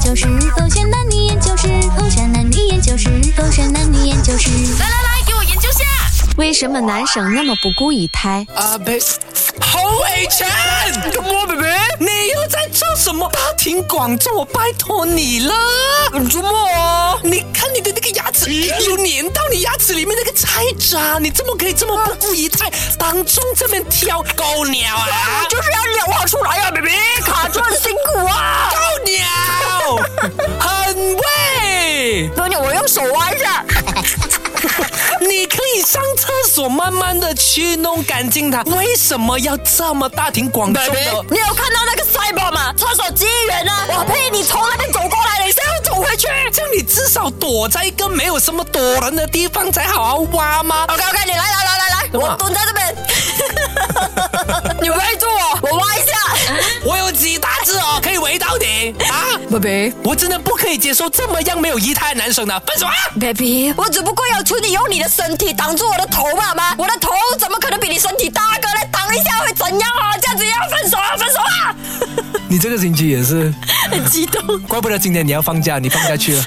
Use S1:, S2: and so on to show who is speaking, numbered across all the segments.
S1: 究室，狗选男女研究室，狗选男女研究室，狗选男女研究室。
S2: 来来来，给我研究下。
S3: 为什么男生那么不顾一胎？
S4: 阿贝，侯伟全，干嘛，贝贝？你又在做什么大庭广众？我拜托你了，周
S5: 啊
S4: 末，你看你的那个牙齿有粘到你牙齿里面那个菜渣，你怎么可以这么不顾一切，当众这边挑狗鸟啊？
S5: 就是要鸟画出来呀、啊，贝贝，卡住很辛苦啊。
S4: 狗鸟， 很会。
S5: 朋友，我用手挖一下。
S4: 你可以上厕所，慢慢的去弄干净它。为什么要这么大庭广众
S5: 贝贝
S4: 的？
S5: 你有看到那个赛博吗？厕所机员呢？我呸！你从那边走过来，你是要走回去
S4: 这样你至少躲在一个没有什么躲人的地方才好好挖吗？
S5: ？OK OK，你来来来来来，
S4: 么
S5: 我蹲在这 边，你围住我，我 挖一下。
S4: 我有几大字哦，可以围到你啊！
S5: 贝贝
S4: 我真的不可以接受这么样没有仪态的男生的，分手啊！
S5: ，baby，我只不过要求你用你的身体挡住我的头嘛妈，我的头怎么可能比你身体大哥来挡一下会怎样啊？这样子要分手啊，分手啊！
S4: 你这个星期也是，
S5: 很激动。
S4: 怪不得今天你要放假，你放假去了。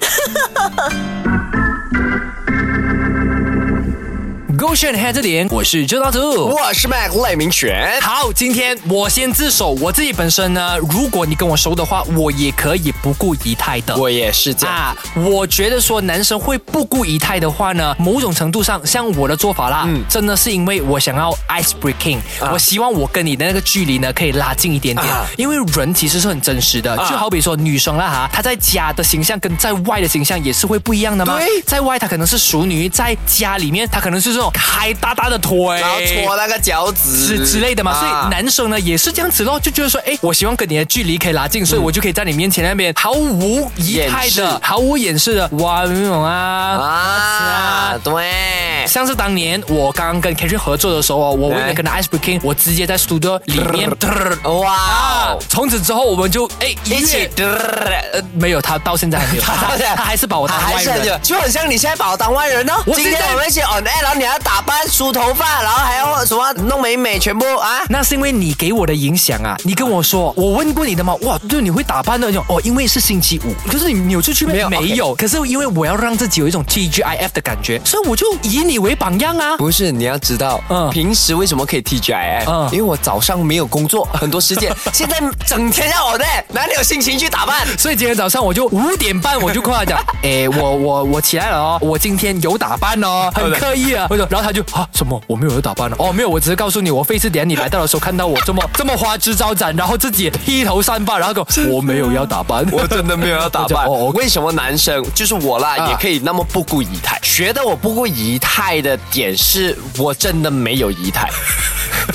S4: Go 炫 head 这点，我是周大图。
S6: 我是 Mac 赖明全。
S4: 好，今天我先自首，我自己本身呢，如果你跟我熟的话，我也可以不顾仪态的。
S6: 我也是这样。
S4: 啊，我觉得说男生会不顾仪态的话呢，某种程度上像我的做法啦，
S6: 嗯
S4: 真的是因为我想要 ice breaking，、我希望我跟你的那个距离呢可以拉近一点点，
S6: 啊
S4: 因为人其实是很真实的，就好比说女生啦哈，她在家的形象跟在外的形象也是会不一样的嘛，
S6: 对
S4: 在外她可能是熟女，在家里面她可能是这种开大大的腿，
S6: 然后搓那个脚趾
S4: 哎之之类的嘛，所以
S6: 啊
S4: 男生呢也是这样子咯，就觉得说，哎，我希望跟你的距离可以拉近，所以我就可以在你面前那边毫无仪态
S6: 掩饰
S4: 的、毫无掩饰的哇嗯那种啊。
S6: 啊，对，
S4: 像是当年我刚跟 Katrin 合作的时候哦，我为了
S6: 对
S4: 跟他 Ice Breaking，我直接在 studio 里面，
S6: 哇哦
S4: 啊，从此之后我们就哎
S6: 一起
S4: 跃，
S6: 呃啊
S4: 呃，没有他到现在还 没有，他他他还是把我当
S6: 还
S4: 外
S6: 是很有
S4: 人，
S6: 就很像你现在把我当外人哦。
S4: 我
S6: 今天
S4: 现在
S6: 我们一起 on air，然后你还要打扮、梳头发，然后还要什么弄美美，全部啊。
S4: 那是因为你给我的影响啊！你跟我说，我问过你的吗？哇，对，你会打扮的那种哦，因为是星期五。可是你你有出去没
S6: 没有
S4: 没有。可是因为我要让自己有一种 T G I F 的感觉，所以我就以你为榜样啊。
S6: 不是，你要知道，
S4: 嗯
S6: 平时为什么可以 T G I F？、
S4: 嗯
S6: 因为我早上没有工作，很多时间， 现在整天要我的，哪里有心情去打扮？
S4: 所以今天早上我就五点半我就跟他 讲，哎，我我我起来了哦，我今天有打扮哦，很刻意啊。我说，然后他就啊什么我没有有打扮哦，哦没有，我只是告诉你，我费事点你来到的时候看到我这么这么花枝招展，然后自己披头散发，然后跟我我没有要打扮，
S6: 我真的没有要打
S4: 我
S6: 扮。
S4: 就哦，OK
S6: 为什么男生就是我啦，
S4: 啊
S6: 也可以那么不顾仪态？觉得我不顾仪态的点是我真的没有仪 态。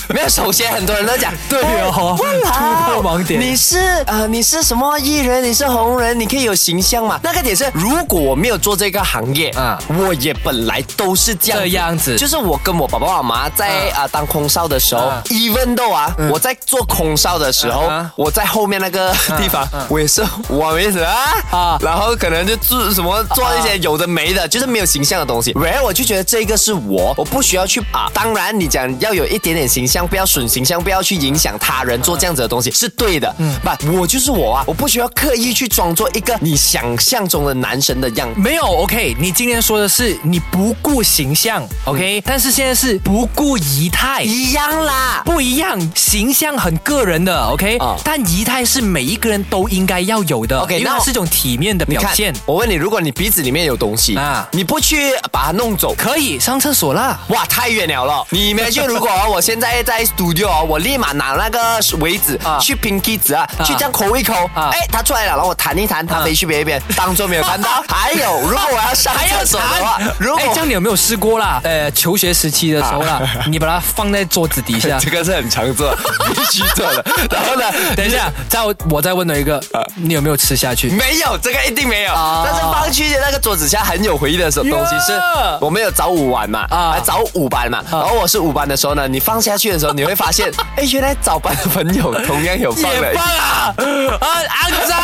S6: 没有，首先很多人都讲，哎
S4: 对哦
S6: 哇
S4: 突破盲点
S6: 你是呃，你是什么艺人？你是红人，你可以有形象嘛？那个点是，如果我没有做这个行业
S4: 啊
S6: 啊，我也本来都是这样
S4: 这样子
S6: 就是我跟我爸爸妈妈在啊、呃当空少的时候
S4: 啊
S6: ，even though 啊，我在做空少的时候
S4: 啊，
S6: 我在后面那个地方，我也是我没什么
S4: 啊
S6: 嗯啊，然后可能就做什么做一些有的没的，就是没有形象的东西。然后我就觉得这个是我，我不需要去啊。当然，你讲要有一点点形象，不要损形象，不要去影响他人，做这样子的东西是对的。嗯，不，我就是我啊，我不需要刻意去装作一个你想象中的男神的样子。
S4: 没有，OK，你今天说的是你不顾形象，OK，、但是现在是不顾仪态。
S6: 嗯一样啦，
S4: 不一样，形象很个人的，OK，、
S6: 啊
S4: 但仪态是每一个人都应该要有的
S6: OK，
S4: 因为
S6: 那
S4: 它
S6: 我
S4: 是一种体面的
S6: 你
S4: 表
S6: 看
S4: 现。，
S6: 我问你，如果你鼻子里面有东西
S4: 啊
S6: 啊，你不去把它弄走，
S4: 可以上厕所啦，
S6: 哇，太远了了！你们就如果哦我现在在 studio，哦我立马拿那个围子
S4: 啊
S6: 去拼机子啊，去这样抠一抠，
S4: 啊
S6: 哎，它出来了，然后我弹一弹，它
S4: 啊
S6: 飞去别一边，当做没有看到。还有，如果我要上厕所的话，如
S4: 哎，这
S6: 果。
S4: 啊样你有没有试过啦？呃，求学时期的时候啦， 你把它放在桌子底下
S6: 个是很常做，必须做的。 然后呢，
S4: 等一下，再我我再问了一个，
S6: 嗯
S4: 你有没有吃下去？
S6: 没有，这个一定没有。
S4: 啊
S6: 但是放去那个桌子下很有回忆的时候，
S4: Yeah
S6: 东西是我们有早午晚嘛，
S4: 啊
S6: 啊，早午班嘛。然后我是午班的时候呢，你放下去的时候，你会发现， 哎，原来早班的朋友同样有放的。
S4: 啊，啊，肮脏！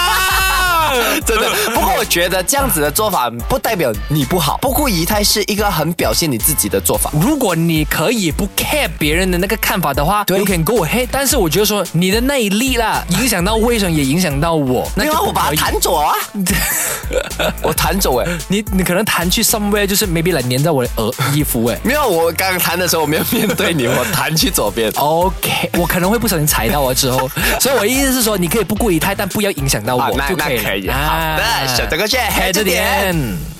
S6: 真的。不过我觉得这样子的做法不代表你不好，不顾仪态是一个很表现你自己的做法。
S4: 如果你可以不 care 别人的那个看法的话
S6: 对
S4: ，you can go ahead。但是我觉得说你的那一粒啦，影响到卫生也影响到我，那
S6: 没
S4: 就
S6: 有啊，我把
S4: 不可
S6: 他
S4: 以
S6: 弹走啊！ 我弹走哎、
S4: 你你可能弹去 somewhere 就是 maybe 来粘在我的额衣服哎。
S6: 没有，我刚刚弹的时候我没有面对你，我弹去左边。
S4: OK，我可能会不小心踩到我之后，所以我的意思是说，你可以不顾仪态，但不要影响到我
S6: 啊，那
S4: 就
S6: 那
S4: 可以了。啊
S6: 可以，好的，小哥哥去黑
S4: 黑
S6: 着
S4: 着
S6: 点。
S4: 点。